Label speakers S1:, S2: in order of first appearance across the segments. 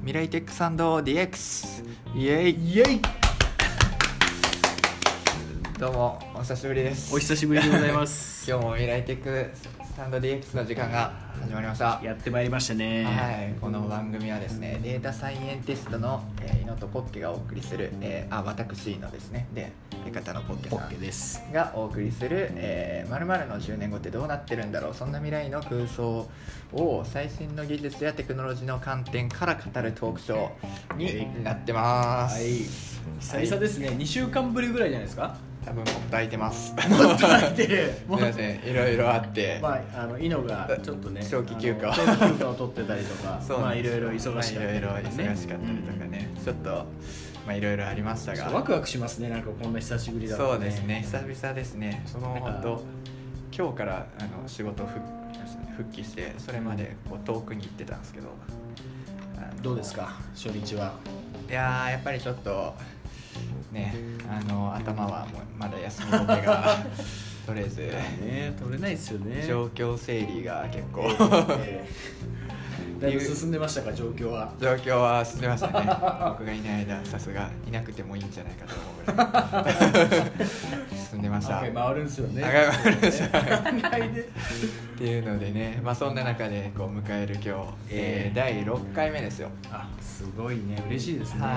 S1: 未来テックサンド DX イエイ
S2: イエイ
S1: どうもお久しぶりです
S2: お久しぶりでございま す
S1: 今日も未来テックスタンド DX の時間が始まりました
S2: やってまいりましたね
S1: はい、この番組はですねデータサイエンティストの、えー、猪戸コッケがお送りする、えー、あ私のですねで相方のコッケ
S2: ポ
S1: さ
S2: ッケ
S1: ん
S2: です
S1: がお送りする「えー、〇〇の10年後ってどうなってるんだろうそんな未来の空想を最新の技術やテクノロジーの観点から語るトークショーになってます、
S2: はい久々ですね、二週間ぶりぐらいじゃないですか
S1: 多分もっと空いてます
S2: もっと空いて る
S1: すいませんいろいろあって、
S2: まああのイノがちょっとね
S1: 長期休暇
S2: あの長期休暇を取ってたりと か
S1: そう
S2: ま
S1: な
S2: あ
S1: ん
S2: い
S1: です
S2: ろい
S1: よ
S2: ろ忙しかったりと
S1: まあ
S2: か
S1: いろいろ
S2: ね
S1: 忙しかったりとかね、ちょっとまあいろいろありまし
S2: う
S1: た
S2: んちょ
S1: が
S2: っとワクワクしますねなんかこんな久しぶりだと
S1: そうですね久々ですねその
S2: なんか
S1: 本当今日からあの仕事復復帰してそれまでこう遠くに行ってたんですけどあの
S2: どうですか初日はい
S1: やーやっぱりちょっとねあの頭はもうまだ休みの手が 取れず
S2: ね取れないですよね
S1: 状況整理が結構
S2: えーだいぶ進んでましたか状況は
S1: 状況は進んでましたね 僕がいない間さすがいなくてもいいんじゃないかと思うぐらい 進んでました
S2: 案外回るんですよね
S1: 案外回るんです よ
S2: 案 外で
S1: っていうのでね、まあ、そんな中でこう迎える今日、えー第6回目ですよ、
S2: あすごいね嬉しいですね
S1: は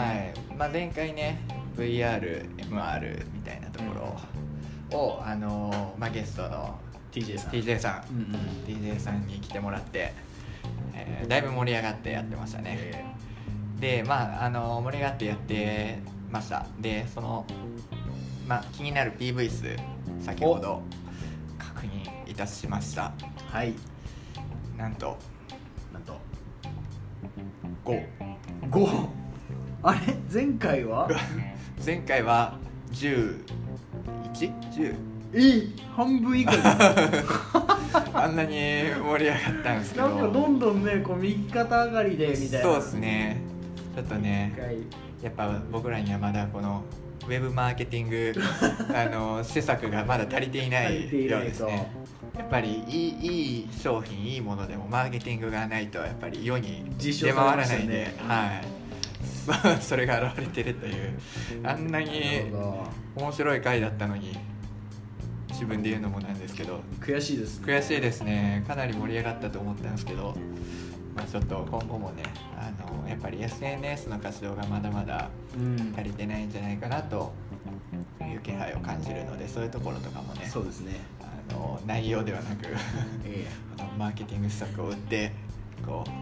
S1: い、まあ、前回ね VRMR みたいなところを、あのーまあ、ゲストの
S2: TJ さん
S1: TJ さ
S2: うんうん
S1: ん TJ さんに来てもらって、えーだいぶ盛り上がってやってましたね
S2: え
S1: でまああのー盛り上がってやってましたでその、まあ、気になる PV 数先ほど確認いたしました
S2: ーはい
S1: なんと
S2: なんと
S1: 5
S2: 5あれ前 回は
S1: 前回は 11?10?
S2: え半分以下です
S1: あんなに盛り上がったん ですけ
S2: な
S1: ど
S2: んかどんどんねこう右肩上がりでみたい
S1: そ
S2: な
S1: うですねちょっと
S2: 一
S1: ね
S2: 回
S1: やっぱ僕らにはまだこのウェブマーケティング あの施策がまだ足りていな
S2: 足りて
S1: い
S2: い
S1: よ
S2: な
S1: う
S2: い
S1: です
S2: と
S1: ねやっぱりいいいい商品いいものでもマーケティングがないとやっぱり世に
S2: 実
S1: 出
S2: 証さ
S1: 回
S2: れま
S1: ら
S2: し
S1: な
S2: た
S1: いんで、
S2: ね
S1: はい それが現れてるというあんな
S2: なる
S1: に
S2: ほど
S1: 面白い回だったのに自分で言うのもなんですけど
S2: 悔しいですね
S1: 悔しいですねかなり盛り上がったと思ったんですけど、まあ、ちょっと今後もねあのやっぱり SNS の活動がまだまだ
S2: うん
S1: 足りてないんじゃないかなという気配を感じるのでそういうところとかもね
S2: そうですね
S1: あの内容ではなく
S2: え
S1: あのマーケティング施策を打ってこう、ま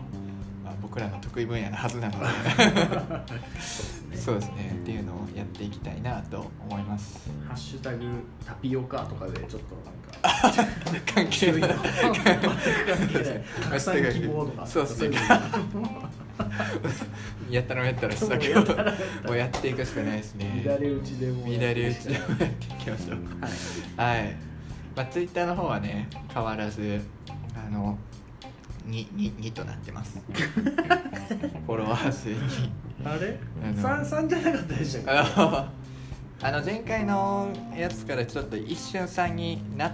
S1: あ僕らの得意分野のはずな の
S2: えそ
S1: でそう
S2: うですね
S1: ですねっていうのをやっていきたいなと思います。
S2: ハッシュタグタピオカとかでちょっとなんか
S1: 関係 ない
S2: 全く関係ない拡散希望とか
S1: そうですね
S2: い
S1: やったらもやったらしたけど
S2: もうやったらもやったら
S1: もうやっていくしかないですね
S2: 乱れ打ちでも
S1: 乱れ打ちでもやっていきましょう
S2: はい
S1: はい、まあ、ツイッターの方はね変わらずあの 2, 2, 2となって ますフォロワー数に
S2: あれ
S1: あの
S2: 三三じゃなかったでしたっ
S1: あのあの前回のやつからちょっと一瞬さんになっ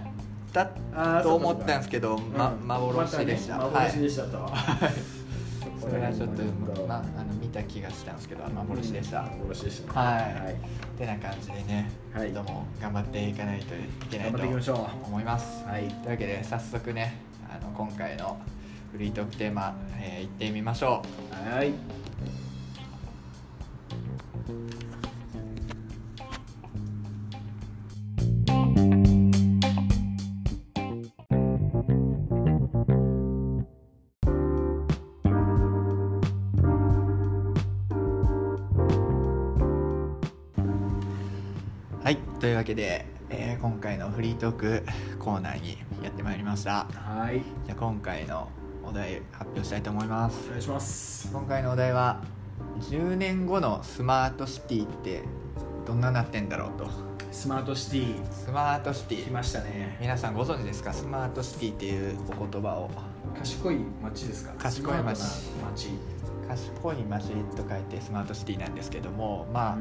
S1: た
S2: あー
S1: と
S2: そうか
S1: 思ったんですけど、
S2: け
S1: ま、幻でした、
S2: ま
S1: は
S2: ね
S1: い
S2: 幻でしたと
S1: はい
S2: こ
S1: それはちょっと
S2: なん、
S1: ま
S2: か
S1: あ、あの見た気がしたんですけど幻でした、
S2: 幻でした
S1: はいてな感じでね、
S2: はい
S1: どうも頑張っていかないといけない
S2: 頑
S1: と
S2: 張っていきましょ
S1: 思います、
S2: うはい
S1: というわけで早速ねあの今回のフリートークテーマ、えー、行ってみましょ
S2: はい
S1: うはいというわけで、えー今回のフリートークコーナーにやってまいりました
S2: はい
S1: じゃあ今回のお題発表したいと思います
S2: お願いします
S1: 今回のお題は10年後のスマートシティってどんななってんだろうと
S2: スマートシティ
S1: スマートシテ
S2: 来
S1: ィ
S2: ましたね
S1: 皆さんご存知ですかスマートシティっていうお言葉を
S2: 賢い街ですか
S1: 賢い
S2: スマートな
S1: 街
S2: 街
S1: 賢い街と書いてスマートシティなんですけどもまあ、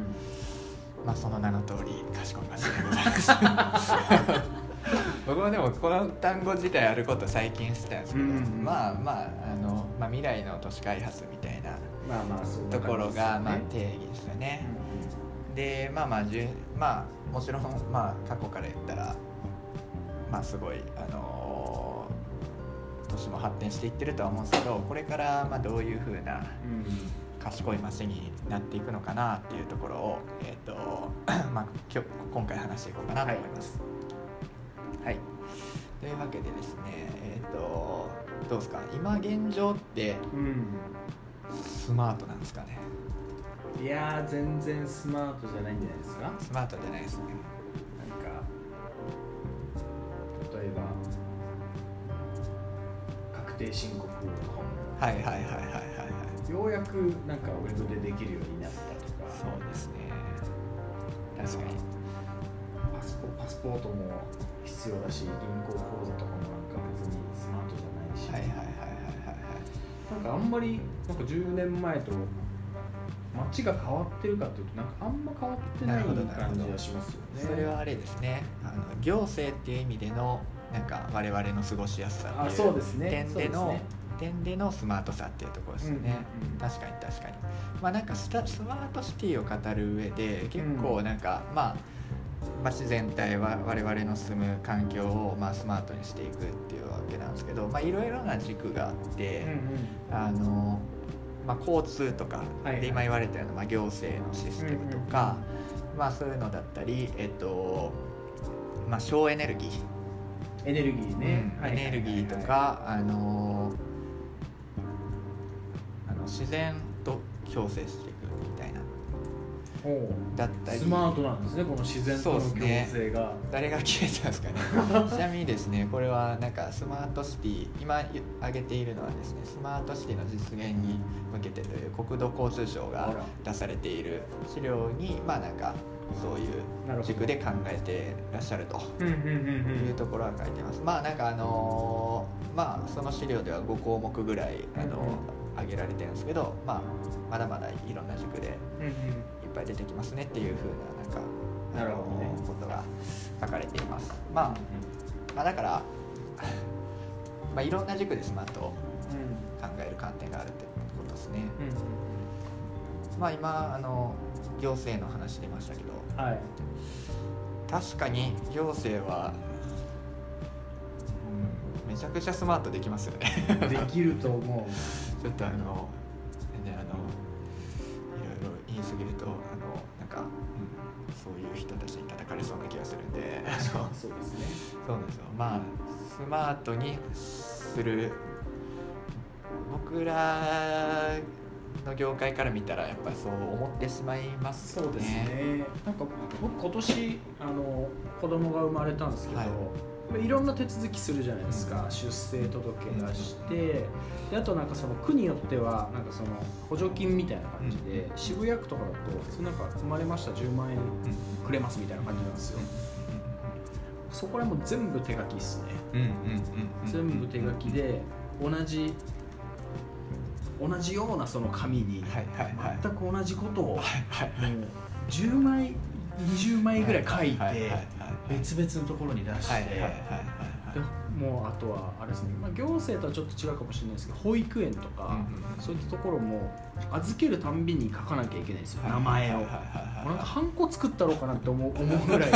S1: まあその名の通り賢い街でございます僕もでもこの単語自体あること最近知ったんですけど、
S2: うんうんうん
S1: まあまああの、まあ、未来の都市開発みたいな
S2: まあまあそう
S1: ところが、まあ
S2: ね、
S1: 定義ですよね、でまあまあじゅまあもちろん、 まあ、過去から言ったらまあすごいあのー都市も発展していってるとは思うんですけどこれからまあどういうふうな
S2: うんうん
S1: 賢い街になっていくのかなっていうところを、えーと まあ、今日今回話していこうかなと思います。はい、というわけでですね、えー、とどうですか今現状って
S2: うん
S1: スマートなんですかね
S2: いやー全然スマートじゃないんじゃないですかなんか
S1: スマートじゃないですね。
S2: 例えば確定申告の
S1: はいはいはいはいはいはい
S2: ようやくなんかウェブでできるようになったとか
S1: そうですね確かに
S2: パスポパスポートも必要だし銀行口座とかもなんか別にスマートじゃないし、
S1: はいはいはいはい
S2: なんかあんまりなんか10年前と街が変わってるかというとなんかあんま変わってない
S1: なるほどなるほ
S2: 感
S1: ど
S2: じがしますよね
S1: それはあれですねあの行政っていう意味でのなんか我々の過ごしやすさっていう
S2: あそうですね
S1: 点で
S2: そう
S1: の
S2: ですね
S1: 点でのスマートさっていうところですよね、
S2: うんうんうん
S1: 確かに確かにまあなんかスタスマートシティを語る上で結構なんか、まあ街全体は我々の住む環境をまあスマートにしていくっていうわけなんですけどまあいろいろな軸があって、あの、まあ、交通とか、
S2: はいはい
S1: で今言われたような、まあ、行政のシステムとか、まあ、そういうのだったり、えっとまあ、省エネルギー、
S2: エネルギーね、
S1: うんエネルギーとか、あのあの自然と共生していくみたいな
S2: おう
S1: だったり
S2: スマートなんですねこの自然との
S1: そう
S2: 共
S1: です
S2: 生が、
S1: 誰が決めたん ですかねちなみにですねこれはなんかスマートシティ今挙げているのはですねスマートシティの実現に向けてという国土交通省が
S2: あら
S1: 出されている資料にまあなんかそういう
S2: なるほど
S1: 軸で考えてらっしゃると
S2: うんうんうん
S1: いうところは書いてますまあなんかあのーまあその資料では5項目ぐらいあの
S2: うんうん
S1: 挙げられてるんですけど、まあ、まだまだいろんな軸で
S2: うんう
S1: い
S2: ん
S1: っぱい出てきますねっていう風なな
S2: な
S1: ん
S2: る
S1: か
S2: ほどね
S1: あのことが書かれています。まあまあ、だから、 まあ、いろんな軸でスマートを考える観点があるってことですね。
S2: うんうん
S1: まあ、今あの行政の話出ましたけど
S2: うんはい
S1: 確かに行政は、うん、めちゃくちゃスマートできますよね。
S2: できると思う
S1: ちょっとあの、ね、あのいろいろ言いすぎるとあのなんか、うん、そういう人たちに叩かれそうな気がするんで。 あの
S2: そうですね
S1: そうなんですよまあスマートにする僕らの業界から見たらやっぱりそう思ってしまいますよ
S2: そうですね。なんか僕今年あの子供が生まれたんですけど、
S1: はい
S2: いろんな手続きするじゃないですか、
S1: うん
S2: 出生届出して、であとなんかその区によってはなんかその補助金みたいな感じで、
S1: うん
S2: 渋谷区とかだと普通なんか生まれました10万円
S1: うん
S2: くれますみたいな感じなんですよ、そこら辺も全部手書きっすね、
S1: うんうんうんうんうん
S2: 全部手書きで同じ同じようなその紙に
S1: はいはいはい
S2: 全く同じことを、
S1: はいはい
S2: もう10枚20枚ぐらい書いて、
S1: ははははい
S2: 別々のところに出して、
S1: はいはいはい
S2: で
S1: はい
S2: もうあとはあれですね、まあ、行政とはちょっと違うかもしれないですけど保育園とか、
S1: うん
S2: そういったところも預けるたんびに書かなきゃいけないんですよ、名前を、
S1: はいはいはい
S2: もうなんか
S1: は
S2: ハンコ作ったろうかなっ て思う思うぐらい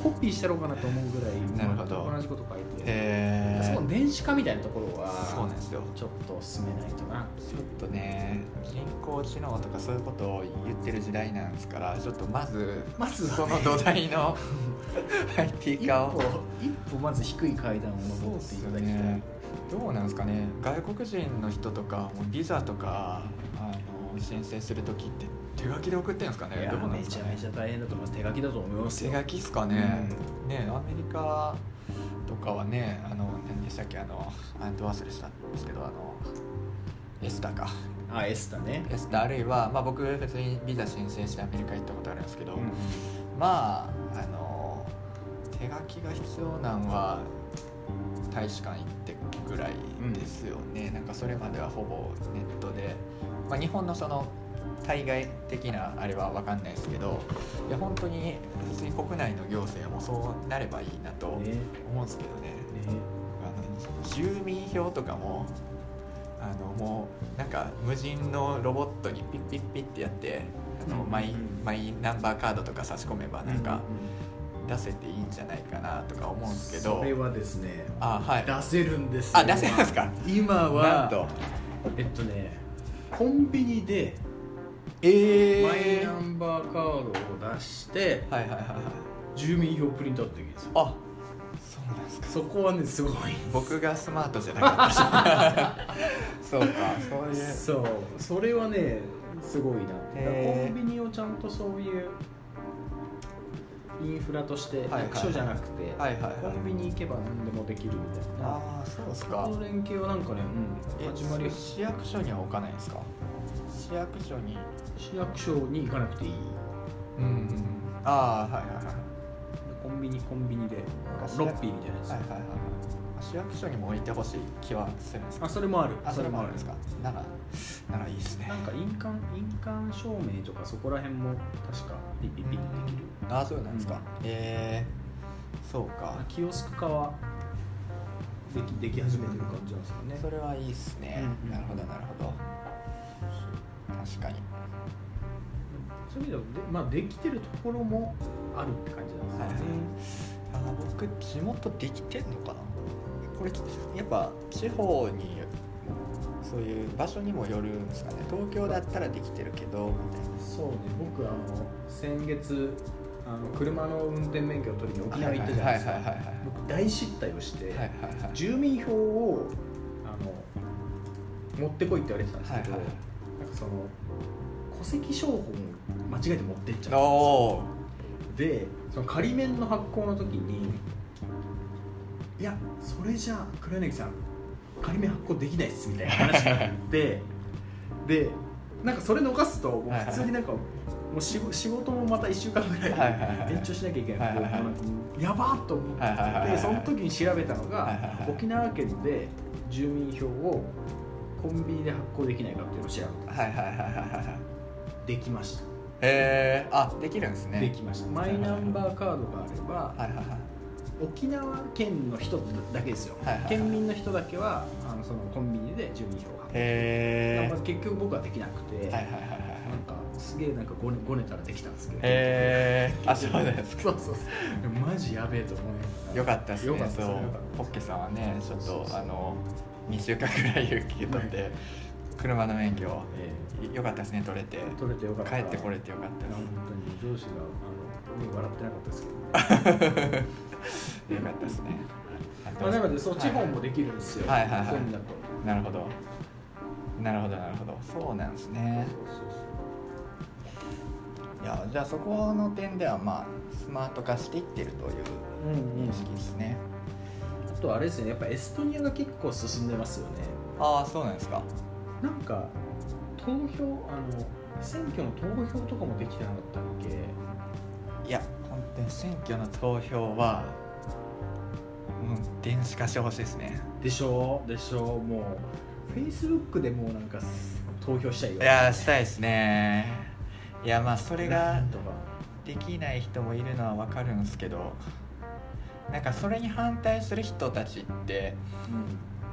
S2: コピーしたろうかなって思うぐらい
S1: なるほど
S2: もう同じこと書い
S1: い
S2: て、
S1: へ
S2: そ
S1: ー
S2: この電子化みたいなところ
S1: そうなん
S2: は
S1: ですよ
S2: ちょっと進めないとなって
S1: ちょっとね人工知能とかそういうことを言ってる時代なんですからちょっとまず
S2: まずは
S1: その土台の IT
S2: 一
S1: 化を
S2: 歩一歩まず低い階段を登っていただきたい、
S1: どうなんですかね外国人の人とかもうビザとかあの申請する時って手書きで送ってるんですか
S2: い
S1: ね
S2: や
S1: どうなん
S2: め
S1: です
S2: ちゃ
S1: か
S2: め
S1: ね
S2: ちゃ大変だと思います手書きだと思います
S1: 手
S2: よ
S1: 書きっすかね、ねアメリカとかはねあの何でしたっけあのあど忘れしたんですけどあのエスタか
S2: あエスタね
S1: エスタあるいは、まあ、僕別にビザ申請してアメリカ行ったことあるんですけど、まああの手書きが必要なんは大使館行ってぐらいですよね、なんかそれまではほぼネットで、まあ、日本のその対外的なあれは分かんないですけどいや本当に普通に国内の行政もそうなればいいなと思
S3: ね
S1: うんですけどねあの住民票とかもあのもうなんか無人のロボットにピッピッピッってやってあの
S3: うん
S1: マイ
S3: うん
S1: マイナンバーカードとか差し込めばなんか
S2: う
S1: 出せていいんじゃないかなとか思うんですけ
S2: そ
S1: ど
S2: れはですね
S1: あはい
S2: 出せるんですよ
S1: あ出せますか
S2: 今
S1: なん
S2: は
S1: と
S2: えっとねコンビニで
S1: ええ
S2: マイナ
S1: は
S2: ンバーカードを出して
S1: いはいはいはい
S2: 住民票をプリントアウトできるんですよ
S1: あそうなんですか
S2: そこはねすごい
S1: 僕がスマートじゃなかったし そうかそういう
S2: そうそれはねすごいなってだから
S1: へー
S2: コンビニをちゃんとそういうインフラとして
S1: はいはい
S2: 役所じゃなくて、
S1: はいはいはい
S2: コンビニ行けば何でもできるみたいな
S1: ああそうです
S2: こ
S1: か
S2: の連携はなんかね、うん、
S1: え
S2: 始まりは
S1: 市役所には置かないんですか市役所に
S2: 市役所に行かなくていい
S1: うん、ああはいはいはい
S2: コンビニコンビニで
S1: 昔
S2: ロッピーみたいなやつ、
S1: はいはいはい市役所にも置いてほしい気はするんですか
S2: あそれもある
S1: あそれもあるんですかならならいいですね
S2: なんか印鑑印鑑証明とかそこら辺も確かピッピッピッてできる
S1: ああそうなんですか、ええそうか
S2: あキオスク化はできでき始めてる感じなんですかね
S1: それはいいっすね、
S2: うんうん
S1: なるほどなるほど確かに
S2: そういう意味ではで,、まあ、できてるところもあるって感じなんですよね、
S1: あー僕地元できてんのかなこれやっぱ地方にそういう場所にもよるんですかね東京だったらできてるけどみたいな
S2: そうね僕あの先月あの車の運転免許を取りに沖縄行ったじゃないです
S1: はいはい
S2: か
S1: はいはい
S2: 僕大失態をして、
S1: はいはいはい
S2: 住民票をあの持ってこいって言われてたんですけど、
S1: はいはい
S2: なんかその戸籍証本を間違えて持ってっちゃっ
S1: お
S2: たでその仮免の発行の時にいやそれじゃあ黒柳さん仮免発行できないっすみたいな話になって でなんかそれ逃すともう普通になんか、もう仕事仕事もまた1週間ぐら
S1: ーはいはいはい
S2: い延長しなきゃいけない、
S1: はいはいはい
S2: もうなんかやばーっと思って、
S1: はいはいはいはい
S2: でその時に調べたのが、
S1: はいはいはい
S2: 沖縄県で住民票をコンビニで発行できないかっていうのを調べた
S1: はいはいはいはいはい
S2: できました、
S1: えー、あできるんですね
S2: できましたマイナンバーカードがあれば
S1: はいはいはい
S2: 沖縄県の人だけですよ、
S1: はいはいはい
S2: 県民の人だけはあのそのコンビニで住民票を発行、
S1: え
S2: まあ
S1: ー
S2: 結局僕はできなくて、
S1: はいはいはいはい
S2: なんかすげえなんかごねごねたらできたんですけど、
S1: えー、あそうなんですか
S2: そうそうそうでもマジやべえと思いながら
S1: よかったですね
S2: よかった
S1: そう
S2: それよかった
S1: ポッケさんはねちょっ
S2: そう
S1: と
S2: そうそう
S1: あの2週間ぐらい有給取って、車の免許を
S2: え
S1: よかったですね取れて
S2: え取れてよかった
S1: 帰ってこれてよかった
S2: いや本当に上司があの、ね、笑ってなかったですけど
S1: です よかったですね
S2: まあ、なのでそう
S1: はい
S2: 地方もできるんですよ、
S1: はいはいはい
S2: そういう意味だと
S1: なるほどなるほどなるほどそうなんですねいやじゃあそこの点ではまあスマート化していってるという
S2: うん
S1: 認識ですね、
S2: あとあれですねやっぱエストニアが結構進んでますよね
S1: ああそうなんですか
S2: なんか投票あの選挙の投票とかもできてなかったっけ
S1: いや本当に選挙の投票はもう電子化してほしいですね
S2: でしょうでしょうもうフェイスブックでもうなんかす投票したいよ
S1: いやーしたいですねいやまあそれが
S2: とか
S1: できない人もいるのはわかるんですけどなんかそれに反対する人たちって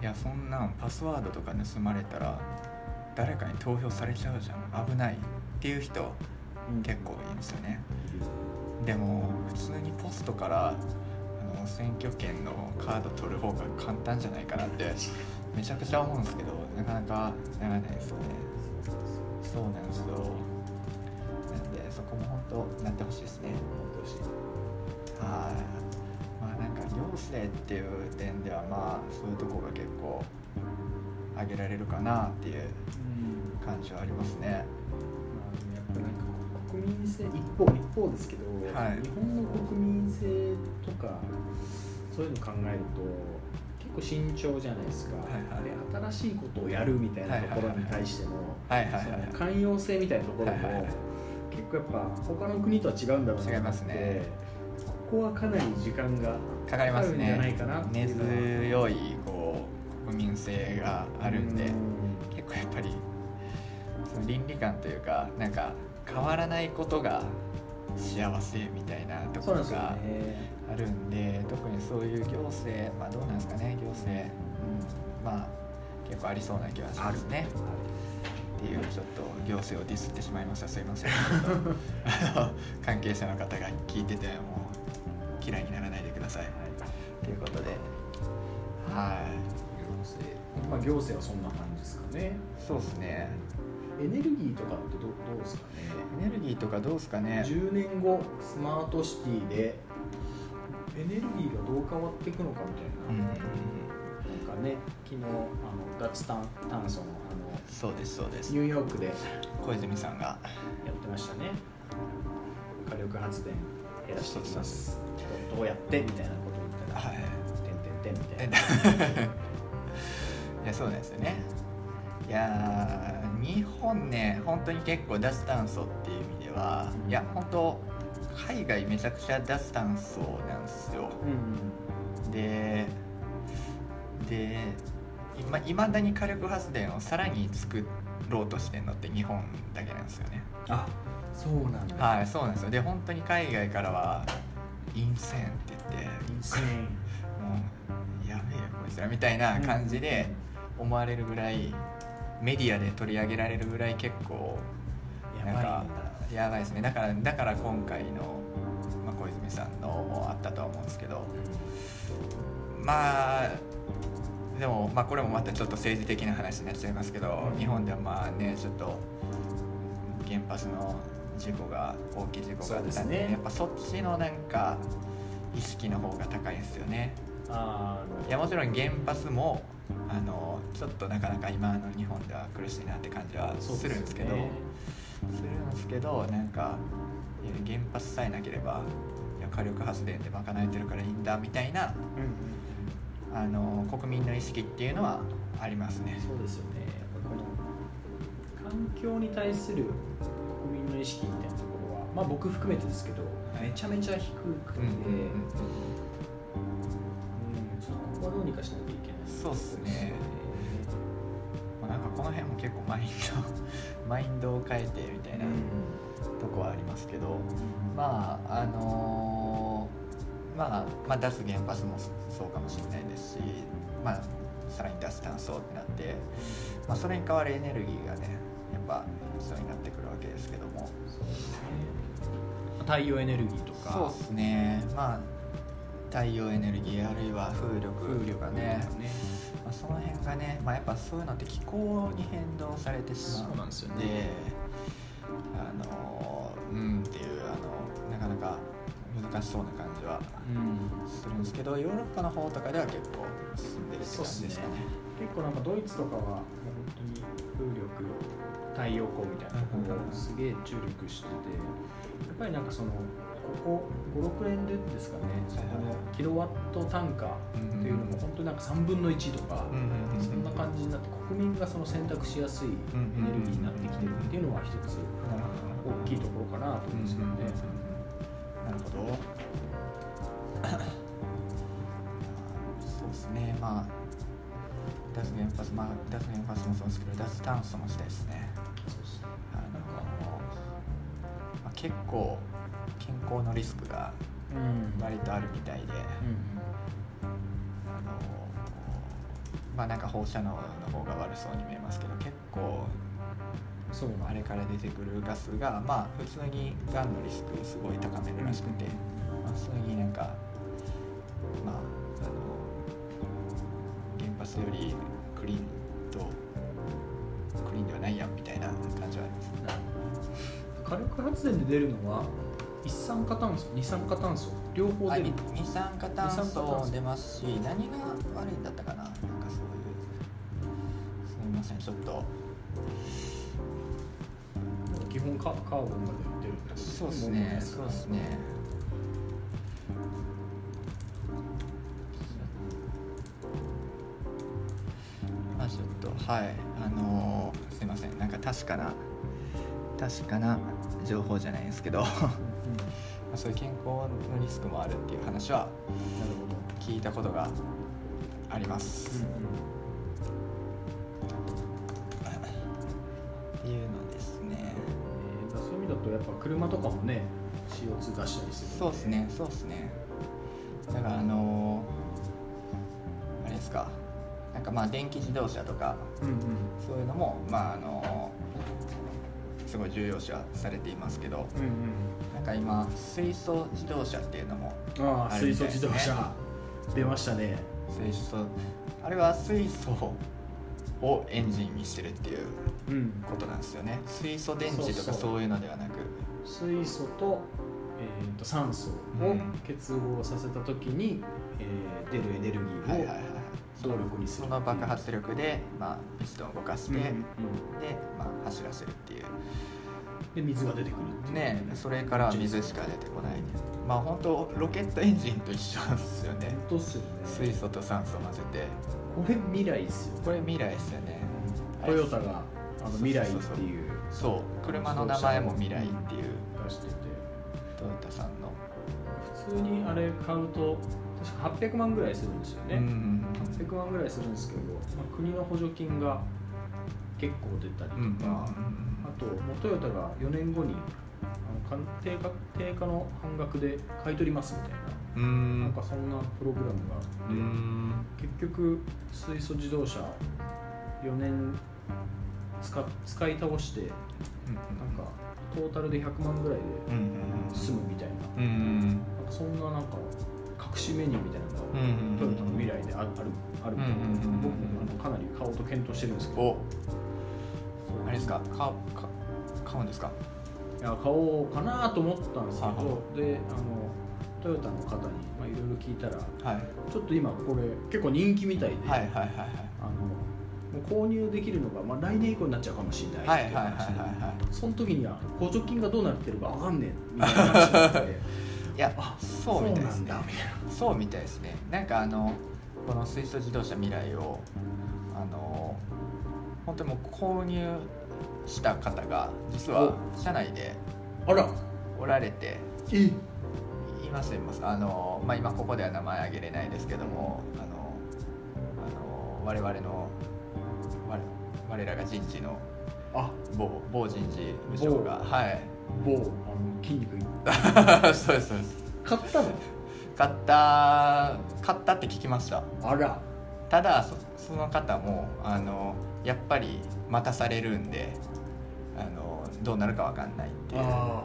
S2: う
S1: いやそんなんパスワードとか盗まれたら誰かに投票されちゃうじゃん危ないっていう人
S2: ん
S1: 結構いるんですよねでも普通にポストからあの選挙権のカード取る方が簡単じゃないかなってめちゃくちゃ思うんですけどなかなかならないですよねそうなんですよなんでそこも本当なってほしいですねはいまあなんか行政っていう点ではまあそういうとこが結構挙げられるかなっていう
S2: うん
S1: 感じはありますね
S2: まあ、でもやっぱなんか国民性一方一方ですけど、
S1: はい
S2: 日本の国民性とかそういうの考えると結構慎重じゃないですか、
S1: いはい
S2: で新しいことをやるみたいなところに対しての
S1: はいはいはい
S2: その寛容性みたいなところも、
S1: はいはいはい
S2: 結構やっぱ他の国とは違うんだろうなと思って
S1: 違いますね
S2: ここはかなり時間が
S1: かかります
S2: かかるんじゃない
S1: ね
S2: かなってい
S1: 根
S2: うのは
S1: 強いこう国民性があるんで
S2: う
S1: 結構やっぱりその倫理観というかなんか変わらないことが幸せみたいなとこ
S2: そうな
S1: ろ
S2: んですよ
S1: が
S2: ね
S1: あるんで特にそういう行政まあどうなんですかね行政、うん、まあ結構ありそうな気はしますねっていうちょっと行政をディスってしまいましたすいま せんあの関係者の方が聞いててもう嫌いにならないでくださいということではい
S2: 行政まあ行政はそんな感じですかね
S1: そうですね
S2: エネルギーとかってどどうですかね
S1: エネルギーとかどうですかね
S2: 10年後スマートシティでエネルギーがどう変わっていくのかみ
S1: う
S2: た
S1: ん
S2: いな、なんかね昨日あの脱炭炭素のあの
S1: そうですそうです
S2: ニューヨークでや
S1: 小泉さんが
S2: ってましたね火力発電減らしていきますどどうやってみたいなことを言ったら
S1: はい
S2: 「てんてんてん」みた
S1: え
S2: い
S1: っと
S2: な
S1: いやそうなんですよねいやー日本ね本当に結構脱炭素っていう意味ではいや本当海外めちゃくちゃ脱炭素なんですよ
S2: うん
S1: ででいまだに火力発電をさらに作ろうとしてるのって日本だけなんですよね
S2: あそうな んだ
S1: はいそうなんですよで本当に海外からは「インセン」って言って
S2: インセイン
S1: もうやべえよこいつらみたいな感じで思われるぐらいメディアで取り上げられるぐらい結構
S2: や
S1: な
S2: ば
S1: いん
S2: んだ
S1: かやばいですねだからだから今回の、まあ、小泉さんのもあったとは思うんですけどまあでも、まあ、これもまたちょっと政治的な話になっちゃいますけど
S2: うん
S1: 日本ではまあねちょっと原発の事故が大きい事故があった
S2: そうんで
S1: です
S2: ね
S1: やっぱそっちのなんか意識の方が高いですよね。
S2: あーあの
S1: いやもちろん原発もあのちょっとなかなか今の日本では苦しいなって感じは
S2: そう
S1: するんですけど
S2: よね
S1: するんですけどなんかいや原発さえなければいや火力発電で賄えてるからいいんだみたいな
S2: うんうん
S1: あの国民の意識っていうのはあります
S2: う
S1: ね
S2: ん、そうですよねやっぱこの環境に対する国民の意識みたいなところはまあ僕含めてですけどめちゃめちゃ低くて、
S1: うんうんうん
S2: うんちょっとここはどうにかしなきゃいけない
S1: そうっすねまあなんかこの辺も結構マインド マインドを変えてみたいなとこはありますけどまああのーまあ、まあ脱原発もそそうかもしれないですし、まあ、さらに脱炭素ってなって、まあ、それに代わるエネルギーがねやっぱ必要になってくるわけですけども
S2: 太陽エネルギーとか
S1: そうですねまあ太陽エネルギーあるいは風力
S2: 風力
S1: が
S2: が
S1: ね
S2: ね、
S1: まあ、その辺がね、まあ、やっぱそういうのって気候に変動されてしまう
S2: そうなんですよね
S1: あのーうんっていうあのなかなか難しそうな感じは
S2: うん、
S1: するんですけどヨーロッパの方とかでは結構進んでるって感じですかね
S2: 結構なんかドイツとかは本当に風力太陽光みたいなところをすげえ注力しててやっぱりなんかそのここ56年でですかねそこのキロワット単価っていうのも本当になんか3分の1とか、そんな感じになって国民がその選択しやすいエネルギーになってきてるっていうのは一つ大きいところかなと思うんですけどね。
S1: なるほどそうですねまあ脱原発まあ脱原発もそうですけど脱炭素もしたいですね
S2: そうですね
S1: あの、まあ、結構健康のリスクが
S2: うん
S1: 割とあるみたいで、あのまあなんか放射能の方が悪そうに見えますけど結構
S2: そう
S1: あれから出てくるガスがまあ普通にがんのリスクすごい高めるらしくて、まあ、普通になんかまああの原発よりクリーンとクリーンではないやんみたいな感じはあります
S2: 火力発電で出るのは一酸化炭素二酸化炭素両方
S1: あ
S2: 出る
S1: に二酸化炭
S2: 二酸
S1: 素
S2: 化炭
S1: も
S2: 素
S1: 出ますし何が悪いんだったかななんかそういうすみませんちょっと
S2: 基本カカーボンが出るってこと
S1: そうですね。そうですね。まあちょっとはいあのーすいませんなんか確かな確かな情報じゃないです けどま
S2: うんなる
S1: あそういう健康のリスクもあるっていう話は
S2: ほど、
S1: 聞いたことがあり ます。っていうので
S2: とやっぱ車とかもね CO2 出したりするんで
S1: そうですねそうですねだからあのーあれですかなんかまあ電気自動車とか
S2: うんうん
S1: そういうのもまああのーすごい重要視はされていますけど
S2: うん
S1: なんか今水素自動車っていうのも
S2: うんああ
S1: ある
S2: 水
S1: み
S2: 素
S1: たいです
S2: 自
S1: ね
S2: 動車出ましたね
S1: 水素あれは水素をエンジンにしてるっていう
S2: うん
S1: ことなんですよね水素電池とか
S2: そうそう
S1: そういうのではなく
S2: 水素と,、えー、と酸素を結合させた時に、えー出るエネルギ
S1: はい
S2: ー
S1: はいはい
S2: を
S1: はい
S2: 動力にす
S1: そ
S2: る
S1: の爆発力で、まあ、ピストンを動かして、
S2: で,うん、
S1: で、まあ、走らせるっていう
S2: で水が出てくるっていう
S1: ねそれからは水しか出てこないまあ本当ロケットエンジンと一緒なんですよね
S2: 本当っすよね
S1: 水素と酸素混ぜて
S2: これ未来っすよ
S1: これ未来ですよね
S2: トヨタが
S1: そう
S2: あの
S1: そうそうそう
S2: 未来っていう
S1: そう車の名前も未来っていう
S2: 出してて
S1: トヨタさんの
S2: 普通にあれ買うと確か800万ぐらいするんですよね、
S1: うん
S2: 800万ぐらいするんですけど、まあ、国の補助金が結構出たりとか、
S1: うん
S2: あともうトヨタが4年後にあのか定価定価の半額で買い取りますみたいな,、
S1: う
S2: なん
S1: ん
S2: かそんなプログラムがあって、
S1: うん
S2: 結局水素自動車4年使っ使い倒してなんかトータルで100万ぐらいで
S1: うん
S2: 済むみたいな
S1: うん
S2: なんかそんななんか隠しメニューみたいなのが、
S1: うん
S2: トヨタの未来であるあるあるみたいな、
S1: うんうんうん
S2: 僕もなんかかなり買おうと検討してるんですけど
S1: お
S2: そう
S1: あれですかかか買うんですか
S2: いや買おうかなと思ったんですけ
S1: はい
S2: どであのトヨタの方にまあいろいろ聞いたら
S1: はい
S2: ちょっと今これ結構人気みたいで、
S1: はいはいはい
S2: あのもう購入できるのが、まあ、来年以降になっちゃうかもしれ
S1: は
S2: ないい
S1: は
S2: っ
S1: い
S2: ていう
S1: はい
S2: 話で
S1: はいはい
S2: その時には補助金がどうなってるかわかんねえみたいな話になって
S1: いや
S2: あ
S1: そうみたいですね
S2: そうなんだみたいな
S1: そうみたいですねなんかあのこの水素自動車未来をあの本当にもう購入した方が実は社内で
S2: あら
S1: おられて
S2: え
S1: いますいますあの、まあ、今ここでは名前挙げれないですけどもあのあの我々の我我らが人事の
S2: あ
S1: 某某人事部長がはい
S2: 某あの筋肉
S1: そうですそうです
S2: 買ったの
S1: 買った買ったって聞きました
S2: あら
S1: ただそその方もあのやっぱり待たされるんであのどうなるかわかんないっていうっ
S2: あ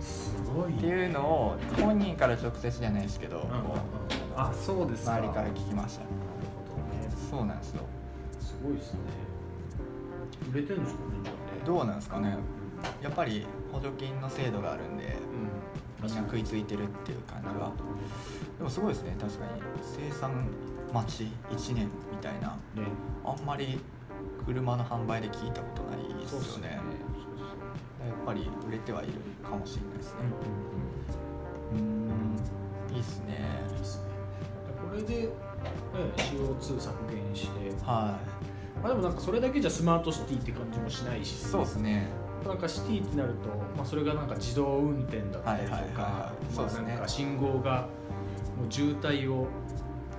S2: ーすごい
S1: ていうのを本人から直接じゃないですけど、
S2: うんうんうん
S1: こう
S2: あそうです
S1: 周りから聞きました
S2: なるほどね
S1: そうなんですよ
S2: すごいですね売れてるんですかねじゃあね
S1: どうなんですかねやっぱり補助金の制度があるんで
S2: う
S1: みんな食いついてるっていう感じはでもすごいですね確かに生産待ち1年みたいな
S2: ね
S1: あんまり車の販売で聞いたことないですよね
S2: そうっすよね
S1: やっぱり売れてはいるかもしれないですねうんいいっすね
S2: いいっすねこれで、ね、CO2 削減して、
S1: は
S2: まあ、でもなんかそれだけじゃスマートシティって感じもしないし
S1: いそうですね
S2: なんかシティってなると、まあ、それがなんか自動運転だったりとか、
S1: はいはいはいはいそ
S2: ま
S1: う
S2: あ
S1: ですね
S2: なんか信号がもう渋滞を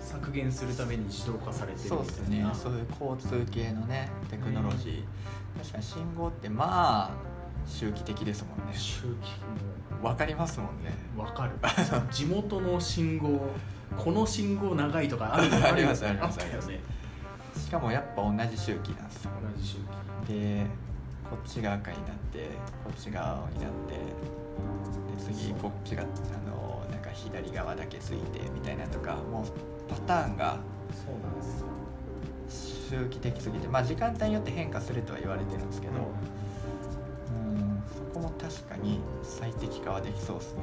S2: 削減するために自動化されてるみたい
S1: そう
S2: な
S1: ですねそういう交通系のねテクノロジー、確かに信号ってまあ周期的ですもんね
S2: 周期も
S1: 分かりますもんね
S2: わかる 地元の信号この信号長いと かあるの
S1: あります
S2: よね
S1: あります
S2: ったよね
S1: しかもやっぱ同じ周期なんですよ
S2: 同じ周期
S1: でこっちが赤になってこっちが青になってで次こっちがあのなんか左側だけついてみたいなとかもうパターンが
S2: そうなんですよ
S1: 周期的すぎてまあ時間帯によって変化するとは言われてるんですけど、うんそこも確かに最適化はできそうですね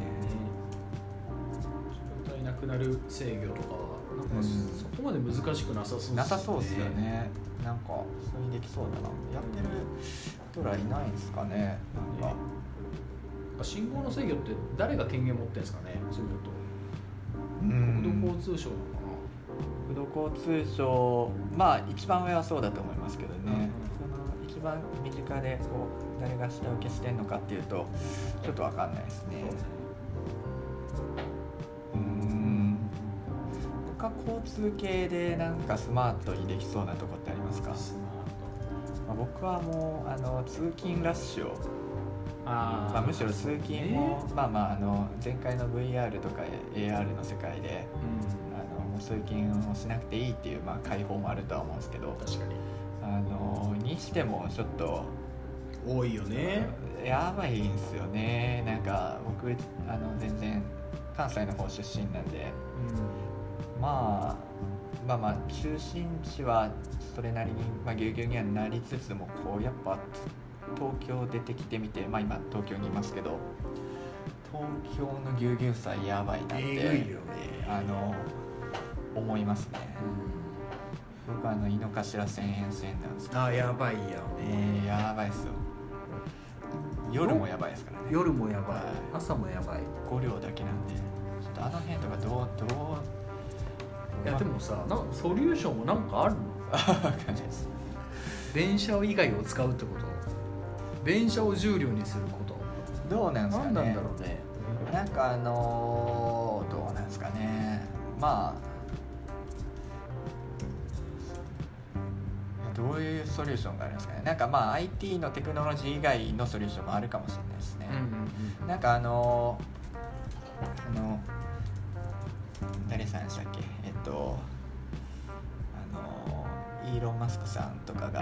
S2: 渋滞なくなる制御とかはなん
S1: う
S2: か
S1: ん
S2: そこまで難しくなさそうっすね
S1: なさそうですよねなんかそれにできそうだなやってる人らいないんですかねなんか
S2: なんか信号の制御って誰が権限持ってるんですかねそういうのと
S1: うん
S2: 国土交通省なのか
S1: 国土交通省まあ一番上はそうだと思いますけど
S2: うん
S1: ね、その一番身近でこう誰が下請けしてんのかっていうとちょっとわかんないですね
S2: な、
S1: うん他交通系でなんかスマートにできそうなとこってありますか、
S2: ス
S1: ま
S2: マー
S1: あ僕はもうあの通勤ラッシュを
S3: あー
S1: まあ、むしろ通勤も、まあまああの前回の VR とか AR の世界であのもう通勤をしなくていいっていう、まあ、解放もあるとは思うんですけど
S2: 確かに
S1: あのにしてもちょっと
S2: 多いよね
S1: やばいんですよねなんか僕あの全然関西の方出身なんで、まあ、まあまあ中心地はそれなりに、まあ、ぎゅうぎゅうにはなりつつもこうやっぱ東京出てきてみて、まあ、今東京にいますけど東京のぎゅうぎゅうさやばいなって
S2: えぐいよね
S1: あの思いますね僕あの井の頭線沿線なんですけど、
S2: あやばいよ
S1: えー
S2: ね
S1: やばいっすよ夜もやばいですからね
S2: 夜もやばい
S1: はい
S2: 朝もやばい
S1: 5両だけなんでちょっとあの辺とかどう どう
S2: い
S1: い
S2: やでもさなんかソリューションもなんかあるの
S1: わかんないです
S2: 電車以外を使うってこと電車を重量にすること
S1: どうなんですか
S2: 何
S1: ね
S2: なんだろうね
S1: なんかあのーどうなんですかねまあどういうソリューションがあるんですかねなんかまあ IT のテクノロジー以外のソリューションもあるかもしれないですね、なんかあのーあの誰さんでしたっけえっとあのーイーロン・マスクさんとかが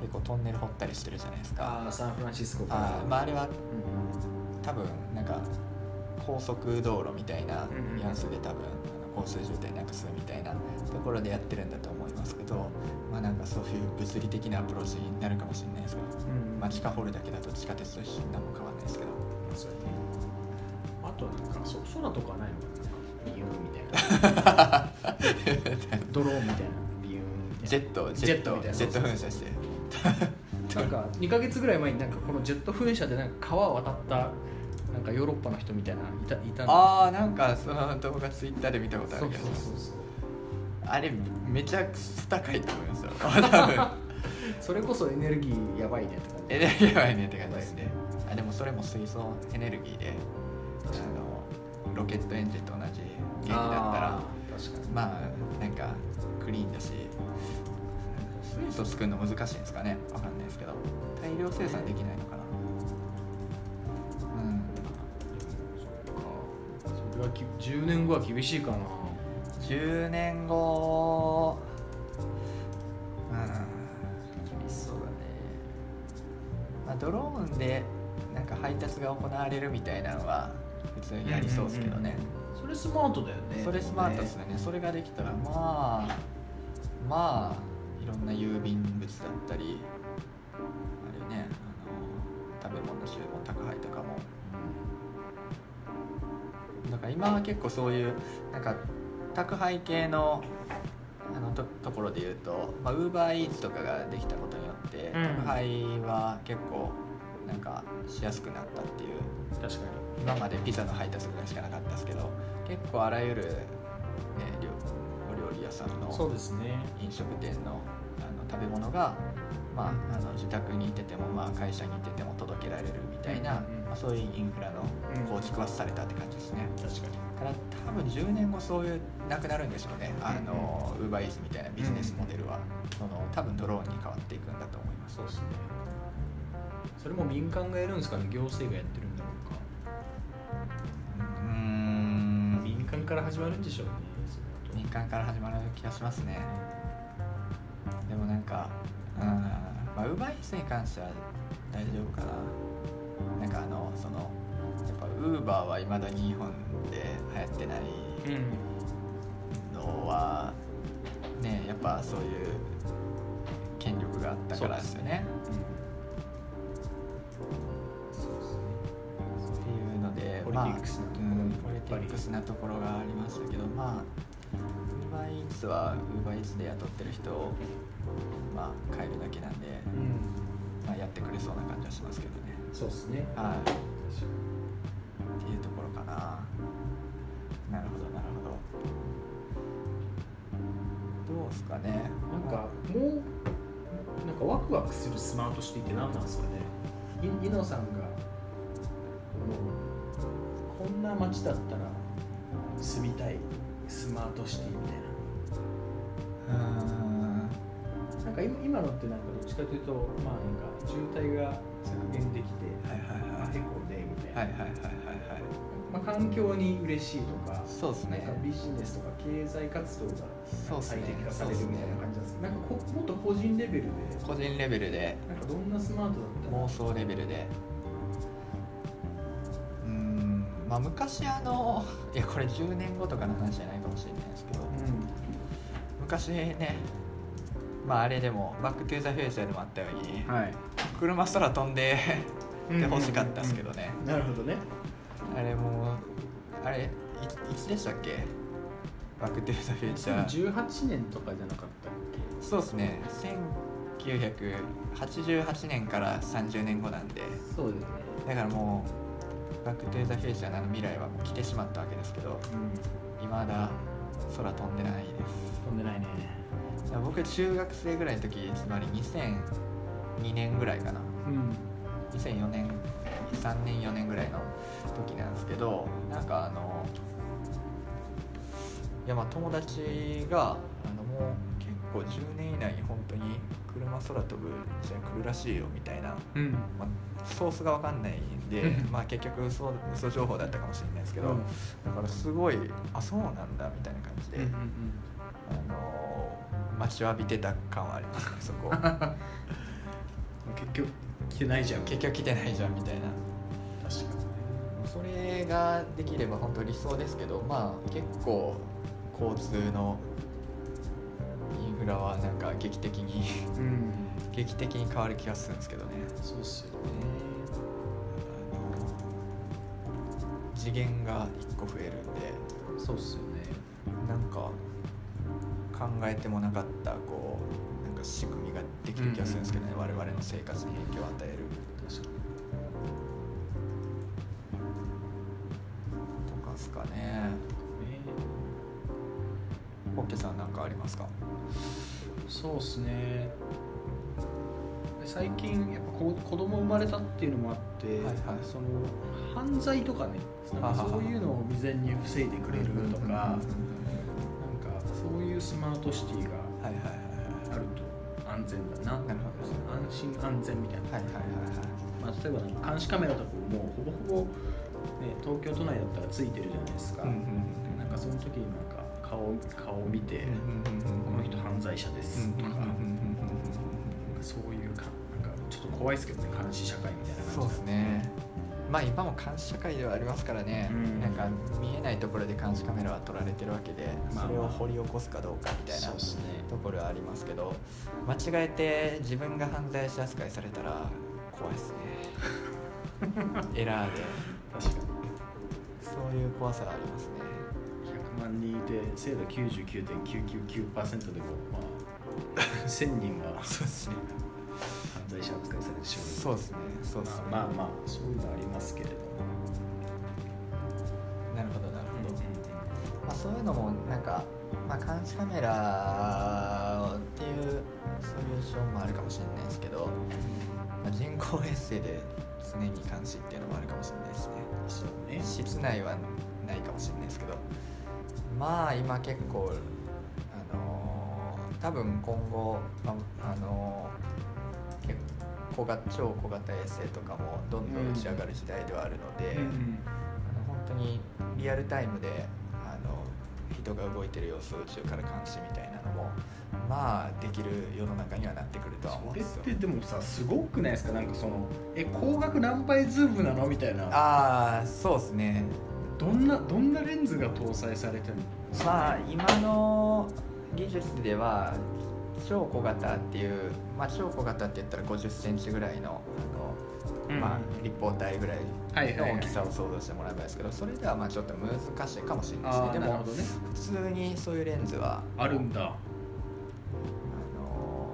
S1: 結構トンネル掘ったりしてるじゃないですか、
S2: ああサンフランシスコから
S1: あーまあ、あれは
S2: う
S1: 多分なんか高速道路みたいな
S2: うんうん
S1: やつで多分あの交通渋滞なくすみたいなところでやってるんだと思いますけどまあなんかそういう物理的なアプローチになるかもしれないですけど、
S2: ん
S1: まあ、地下掘るだけだと地下鉄と一緒に何も変わんないですけど
S2: そうやねあとはなんかそ空とかないのかなビヨーンみたい なドローンみたいなビヨーンみた
S1: ジ
S2: い
S1: ェット
S2: ジ
S1: ジ
S2: ェ
S1: ェ
S2: ッ
S1: ッ
S2: ト
S1: ト
S2: みたいな
S1: ジェット噴射して
S2: ななんか2か月ぐらい前になんかこのジェット噴射でなんか川渡ったなんかヨーロッパの人みたいないたいたの
S1: ああなんかその動画ツイッターで見たことあ
S2: そ
S1: る
S2: う
S1: け
S2: そう
S1: ど
S2: そうそう
S1: あれめちゃくちゃ高いと思いますよ 多分
S2: それこそエネルギーやばいねって感じ
S1: エネルギーはねって感じですねあでもそれも水素エネルギーであのロケットエンジンと同じ原理だったら
S2: あー確かに
S1: まあなんかクリーンだし水素作るの難しいんですかねわかんないですけど大量生産できないのかなうん
S2: そっかそれはき10年後は厳しいかな
S1: 10年後うん
S2: 厳しそうだね
S1: まあ、ドローンでなんか配達が行われるみたいなのは普通にやりそうですけどね、
S2: それスマートだよね
S1: それスマートですよねそれができたらまあまあいろんな郵便物だったりあれねあの食べ物の注文宅配とかもだから今は結構そういうなんか宅配系のあのとところで言うと、まあ、UberEats とかができたことによって、
S2: うん
S1: 宅配は結構なんかしやすくなったっていう
S2: 確か
S1: 今までピザの配達ぐらいしかなかったですけど結構あらゆる、ね、料お料理屋さんの
S2: にそうですね
S1: 飲食店のあの食べ物が、まあ、あの自宅にいてても、まあ、会社にいてても届けられるみたいな、
S2: うんうんうん
S1: まあ、そういうインフラの構築はされたって感じですね、
S2: 確かに
S1: だから多分10年後そういうなくなるんでしょうねあのウーバーイースみたいなビジネスモデルは、その多分ドローンに変わっていくんだと思います
S2: そうですねそれも民間がやるんですかね行政がやってるんだろうか
S1: うーん
S2: 民間から始まるんでしょうねそれ
S1: 民間から始まる気がしますねでもなんかうんまあウーバーイースに関しては大丈夫かななんかあのそのやっぱウーバーはいまだに日本で流行ってない
S2: だとうん
S1: のはねやっぱそういう権力があったからですよね
S2: そうですね
S1: っていうので
S2: ポリティックスなところも
S1: まあうん
S2: やっ
S1: ポ
S2: ぱり
S1: リティックスなところがありましたけどまあウーバーイーツはウーバーイーツで雇ってる人をまあ変えるだけなんで、
S2: うん
S1: まあ、やってくれそうな感じはしますけどね
S2: そうですね
S1: はいっていうところかななるほどなるほどどうですかね
S2: なんかもうなんかワクワクするスマートシティって何なんですかねい猪野さんがこのこんな街だったら住みたいスマートシティみたいな
S1: うん
S2: なん
S3: か今今のってなんかどっちかというとまあなんか渋滞が削減できて
S1: はいはいはい
S3: あエコでみたいな、
S1: はいはいはいはいはい
S3: まあ、環境に嬉しいとか
S1: そうです
S3: なんか
S1: ね
S3: ビジネスとか経済活動が
S1: そうです
S3: 最
S1: ね
S3: 適化
S1: そ
S3: さ
S1: う
S3: れ
S1: で
S3: る
S1: す
S3: み
S1: ね
S3: たいな感じなんですけどなんかこもっと個人レベルで
S1: 個人レベルで
S3: なんかどんなスマートだったら
S1: 妄想レベルでうーんまあ昔あの いやこれ10年後とかの話じゃないかもしれないですけど昔ねまああれでも「バック・トゥ・ザ・フューチャー」でもあったように
S2: はい
S1: 車空飛んでって欲しかったですけどね
S2: なるほどね
S1: あれもあれいいつでしたっけバック・トゥ・ザ・フューチャー
S2: 18年とかじゃなかったっけ
S1: そうですね1988年から30年後なんで
S2: そうですね
S1: だからもう「バック・トゥ・ザ・フューチャー」のあの未来はもう来てしまったわけですけど未だ空飛んでないです
S2: 飛んでないね
S1: だから僕中学生ぐらいの時つまり2002年ぐらいかな
S2: うん
S1: 2004年3年4年ぐらいの時なんですけどなんかあのいやまあ友達があのもう結構10年以内に本当に車空飛ぶ時代来るらしいよみたいな、
S2: うん
S1: まあ、ソースが分かんないんでまあ結局嘘嘘情報だったかもしれないですけど、
S2: うん
S1: だからすごいあそうなんだみたいな感じで、あの待ちわびてた感はありますねそこ
S2: 結局来てないじゃん
S1: 結局来てないじゃんみたいな。
S2: 確か
S1: それができれば本当理想ですけどまあ結構交通のインフラはなんか劇的に
S2: にうん
S1: 劇的に変わる気がするんですけどね
S2: そうっすよね
S1: あの次元が1個増えるんで
S2: そうっすよね
S1: なんか考えてもなかったこうなんか仕組みができる気がするんですけどね、我々の生活に影響を与える
S2: 確か
S1: とかですかね
S2: にね
S1: ホッケさんなんかありますか
S2: そうっすね最近やっぱこ子供生まれたっていうのもあって、
S1: いはい
S2: その犯罪とかねなんかそういうのを未然に防いでくれるとかなんかそういうスマートシティが
S1: はいはいはいはい
S2: あると安全だな
S1: なるほ
S2: 安心安全みたいな、
S1: はいはいはいは
S2: まあ、例えばなんか監視カメラとかももうほぼほぼ、ね、東京都内だったらついてるじゃないですか、
S1: い。
S2: なんかその時になんか顔を顔を見て、こ
S1: こ
S2: の人犯罪者ですとか、そういうかなんかちょっと怖いですけどね監視社会みたいな
S1: そう
S2: 感
S1: で
S2: じ
S1: すね。まあ今も監視社会ではありますからね、
S2: うん
S1: なんか見えないところで監視カメラは撮られてるわけで、
S2: まあ
S1: それを掘り起こすかどうかみたいな
S2: そうですね
S1: ところはありますけど間違えて自分が犯罪者扱いされたら怖いですね エラーで
S2: 確か
S1: そういう怖さがありますね
S2: に100万人いて精度99.999%でもまあ1000人が犯
S1: そうですね
S2: 罪者扱いされてしまう
S1: そうですねそうですね
S2: まあまあまあそういうのありますけれども、
S1: なるほどなるほど、まあ、そういうのもなんか、まあ、監視カメラっていうソリューションもあるかもしれないですけど、まあ、人工衛星で常に監視っていうのもあるかもしれないですね
S2: そうね
S1: 室内はないかもしれないですけどまあ今結構あのー多分今後、まああのー結構小型超小型衛星とかもどんどん打ち上がる時代ではあるので、あの本当にリアルタイムであの人が動いてる様子を宇宙から監視みたいなのもまあできる世の中にはなってくるとは思うん
S2: そ
S1: で
S2: れっ
S1: すよ
S2: てでもさすごくないですかなんかそのえ光学何倍ズームなのみたいな
S1: ああそうですね
S2: どんなどんなレンズが搭載されてるの
S1: まあ今の技術では超小型っていう、まあ、超小型って言ったら5 0ンチぐらいのあの、まあ、立方体ぐらい
S2: はいはいは
S1: の
S2: い
S1: 大きさを想像してもらえばいいですけどそれではまあちょっと難しいかもしれないです
S2: あ
S1: ね
S2: あ
S1: で
S2: なる
S1: も
S2: ほどね
S1: 普通にそういうレンズは
S2: あるんだ
S1: あの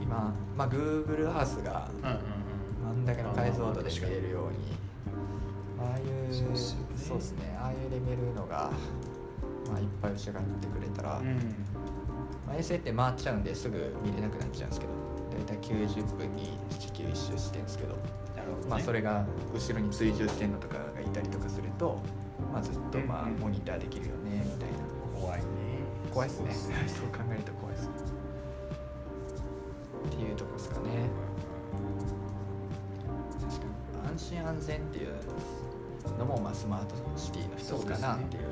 S1: ー今、まあ、Google ハウスが
S2: うんうん
S1: あんだけの解像度で見えるようにああいう
S2: そうっすよね
S1: そうですねああいうレベルのが、まあ、いっぱい従ってくれたら、
S2: うん
S1: まあ衛星って回っちゃうんですぐ見れなくなっちゃうんですけど大体90分に地球一周してるんですけど、
S2: なるほどね
S1: まあ、それが後ろに追従してるのとかがいたりとかすると、まあ、ずっとまあ
S2: うんうん
S1: モニターできるよねみたいな
S2: 怖いね
S1: 怖いですねそう考えると怖いですね全っていうのも、まあ、スマートシティの一つかなっていう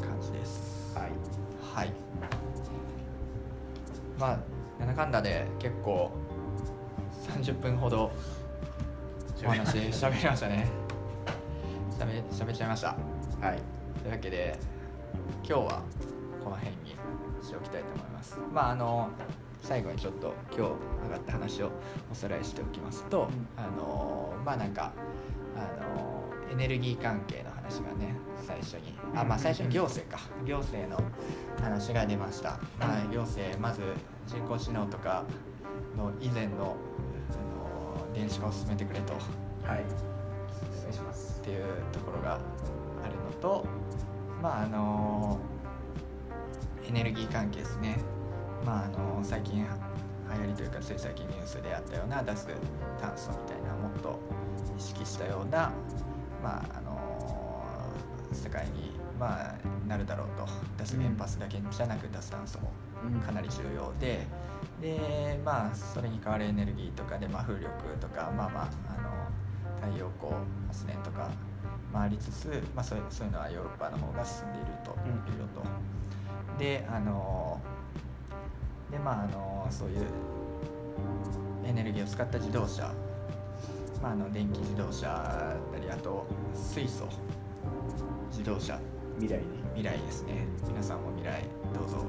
S1: 感じです。
S3: はい
S1: はい。まあなんだかんだで結構30分ほどお話喋りましたね。喋喋っちゃいました。
S3: はい
S1: というわけで今日はこの辺にしておきたいと思いますまああの最後にちょっと今日上がった話をおさらいしておきますと、あのまあなんかあのエネルギー関係の話がね最初にあまあ最初に行政か行政の話が出ました、はい、行政まず人工知能とかの以前のあの電子化を進めてくれと
S3: はい
S1: お願いしますっていうところがあるのとまああのエネルギー関係ですねまああの最近流行りというかつい最近ニュースであったような脱炭素みたいなもっと意識したようなまああの世界に、まあ、なるだろうと脱原発だけじゃなく脱炭素もかなり重要ででまあそれに代わるエネルギーとかで、まあ、風力とかまあまああの太陽光発電とか回りつつ、まあ、そういうそういうのはヨーロッパの方が進んでいるというよと。であのでまああのそういうエネルギーを使った自動車、まあ、あの電気自動車だったりあと水素自動車
S3: 未来ね
S1: 未来ですね皆さんも未来どうぞ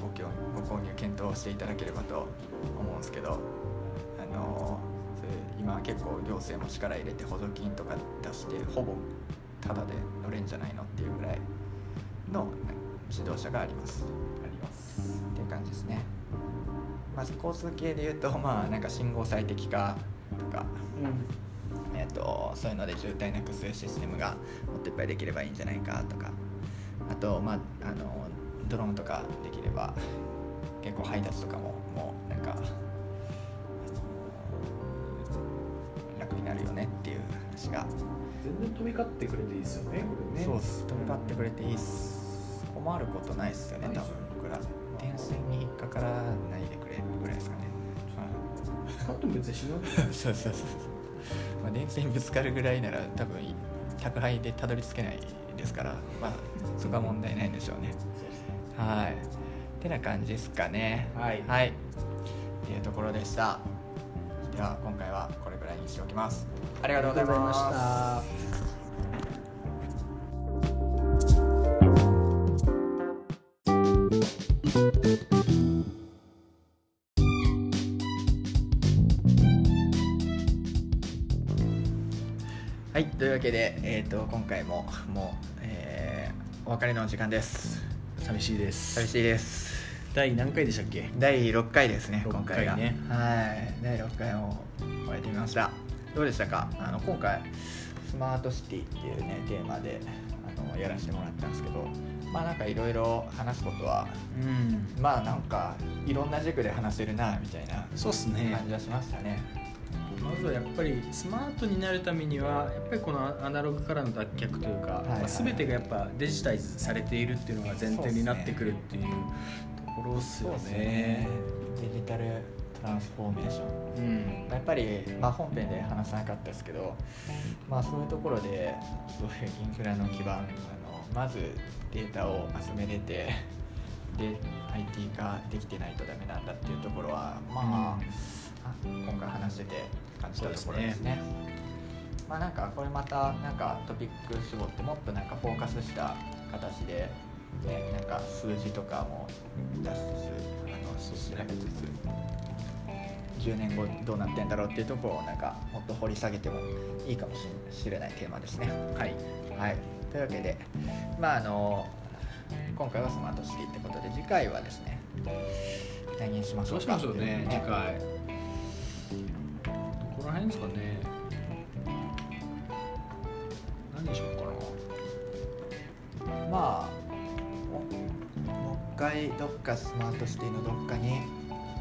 S1: ごきょご購入検討していただければと思うんですけどあのそういう今は結構行政も力入れて補助金とか出してほぼタダで乗れんじゃないのっていうぐらいの自動車があります
S3: あります
S1: っていう感じですねまず交通系で言うとまあなんか信号最適化とかえっとそういうので渋滞なくすシステムがもっといっぱいできればいいんじゃないかとかあと、まあ、あのドローンとかできれば結構配達とかももうなんかあの楽になるよねっていう話が、
S3: 全然飛び交ってくれていいですよねこれね
S1: そうっす飛び交ってくれていいっす困ることないっすよね多分僕ら電線に引っかからないでくれるぐらいですかね、
S3: 使っても別に死ぬわけ
S1: はい、そうそうそうそうまあ電線にぶつかるぐらいなら多分宅配でたどり着けないですからまあそこは問題ないんでしょうねはい。てな感じですかね。
S3: はい
S1: はい。っていうところでした。では今回はこれぐらいにしておきます。ありがとうございました。はい、というわけで、えー、と今回ももう、えーお別れの時間です。
S2: 寂しいです
S1: 寂しいです。
S2: 第何回でしたっけ
S1: 第6回ですね
S2: 六
S1: 今回が
S2: 回ね
S1: はい第6回を終えてみましたどうでしたかあの今回スマートシティっていうねテーマであのやらせてもらったんですけどまあなんかいろいろ話すことは
S2: うん
S1: まあなんかいろんな軸で話せるなみたいな
S2: そうっすね
S1: 感じがしましたね
S2: まずはやっぱりスマートになるためにはやっぱりこのアナログからの脱却というか、
S1: いはい
S2: まあ全てがやっぱデジタイズされているっていうのが前提になってくるっていうところっすよ
S1: っ
S2: ね。
S1: デジタルトランスフォーメーション
S2: うん
S1: やっぱり、まあ、本編で話さなかったですけど、まあ、そういうところでそういうインフラの基盤あのまずデータを集めれてで IT 化できてないとダメなんだっていうところは、まあ、あ今回話してて感じたところですね。まあ、なんかこれまたなんかトピック絞ってもっとなんかフォーカスした形ででなんか数字とかも出しつつあの調べつつ10年後どうなってんだろうっていうところをなんかもっと掘り下げてもいいかもしれないテーマですね。
S2: はい、
S1: はい、というわけで、まあ、あの今回はスマートシティってことで次回はですね何にしまし
S2: ど
S1: ょ
S2: う
S1: う
S2: し
S1: か
S2: ましょうね次回。どこら辺ですかね何でしょうかな
S1: まあもう一回どっかスマートシティのどっかに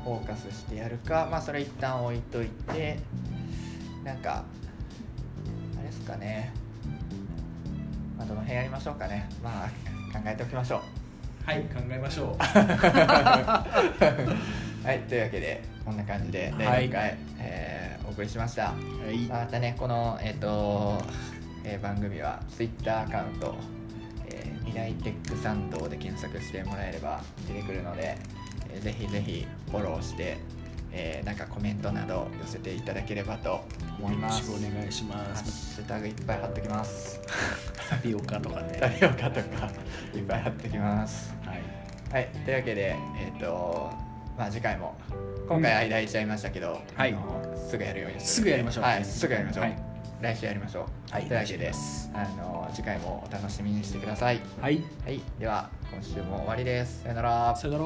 S1: フォーカスしてやるかまあそれ一旦置いといてなんかあれですかね、まあ、どの辺やりましょうかねまあ考えておきましょ
S2: はい考えましょう。
S1: うはいというわけでこんな感じで第6回、
S2: はい
S1: えお送りしました
S2: い
S1: またねこの、えっとえー番組は Twitter アカウント「えー、未来テック参道」で検索してもらえれば出てくるので、えーぜひぜひフォローして、えーなんかコメントなど寄せていただければと思い
S2: よろ
S1: ま
S2: し
S1: す
S2: くお願いし
S1: ハ
S2: ま
S1: ッ
S2: す
S1: シュタグいっぱい貼っとき ます
S2: タピオカとかね
S1: タピオカとかいっぱい貼ってきます
S2: はい
S1: はいというわけでえっ、とまあ次回も今回間空いちゃいましたけど、
S2: はい
S1: あのすぐやるように
S2: すぐやりましょう
S1: はいすぐやりましょう、
S2: はい
S1: 来週やりましょう
S2: はい
S1: というわけ
S2: 来週で
S1: ですあの次回もお楽しみにしてください
S2: はい
S1: はいでは今週も終わりですさよなら
S2: さよなら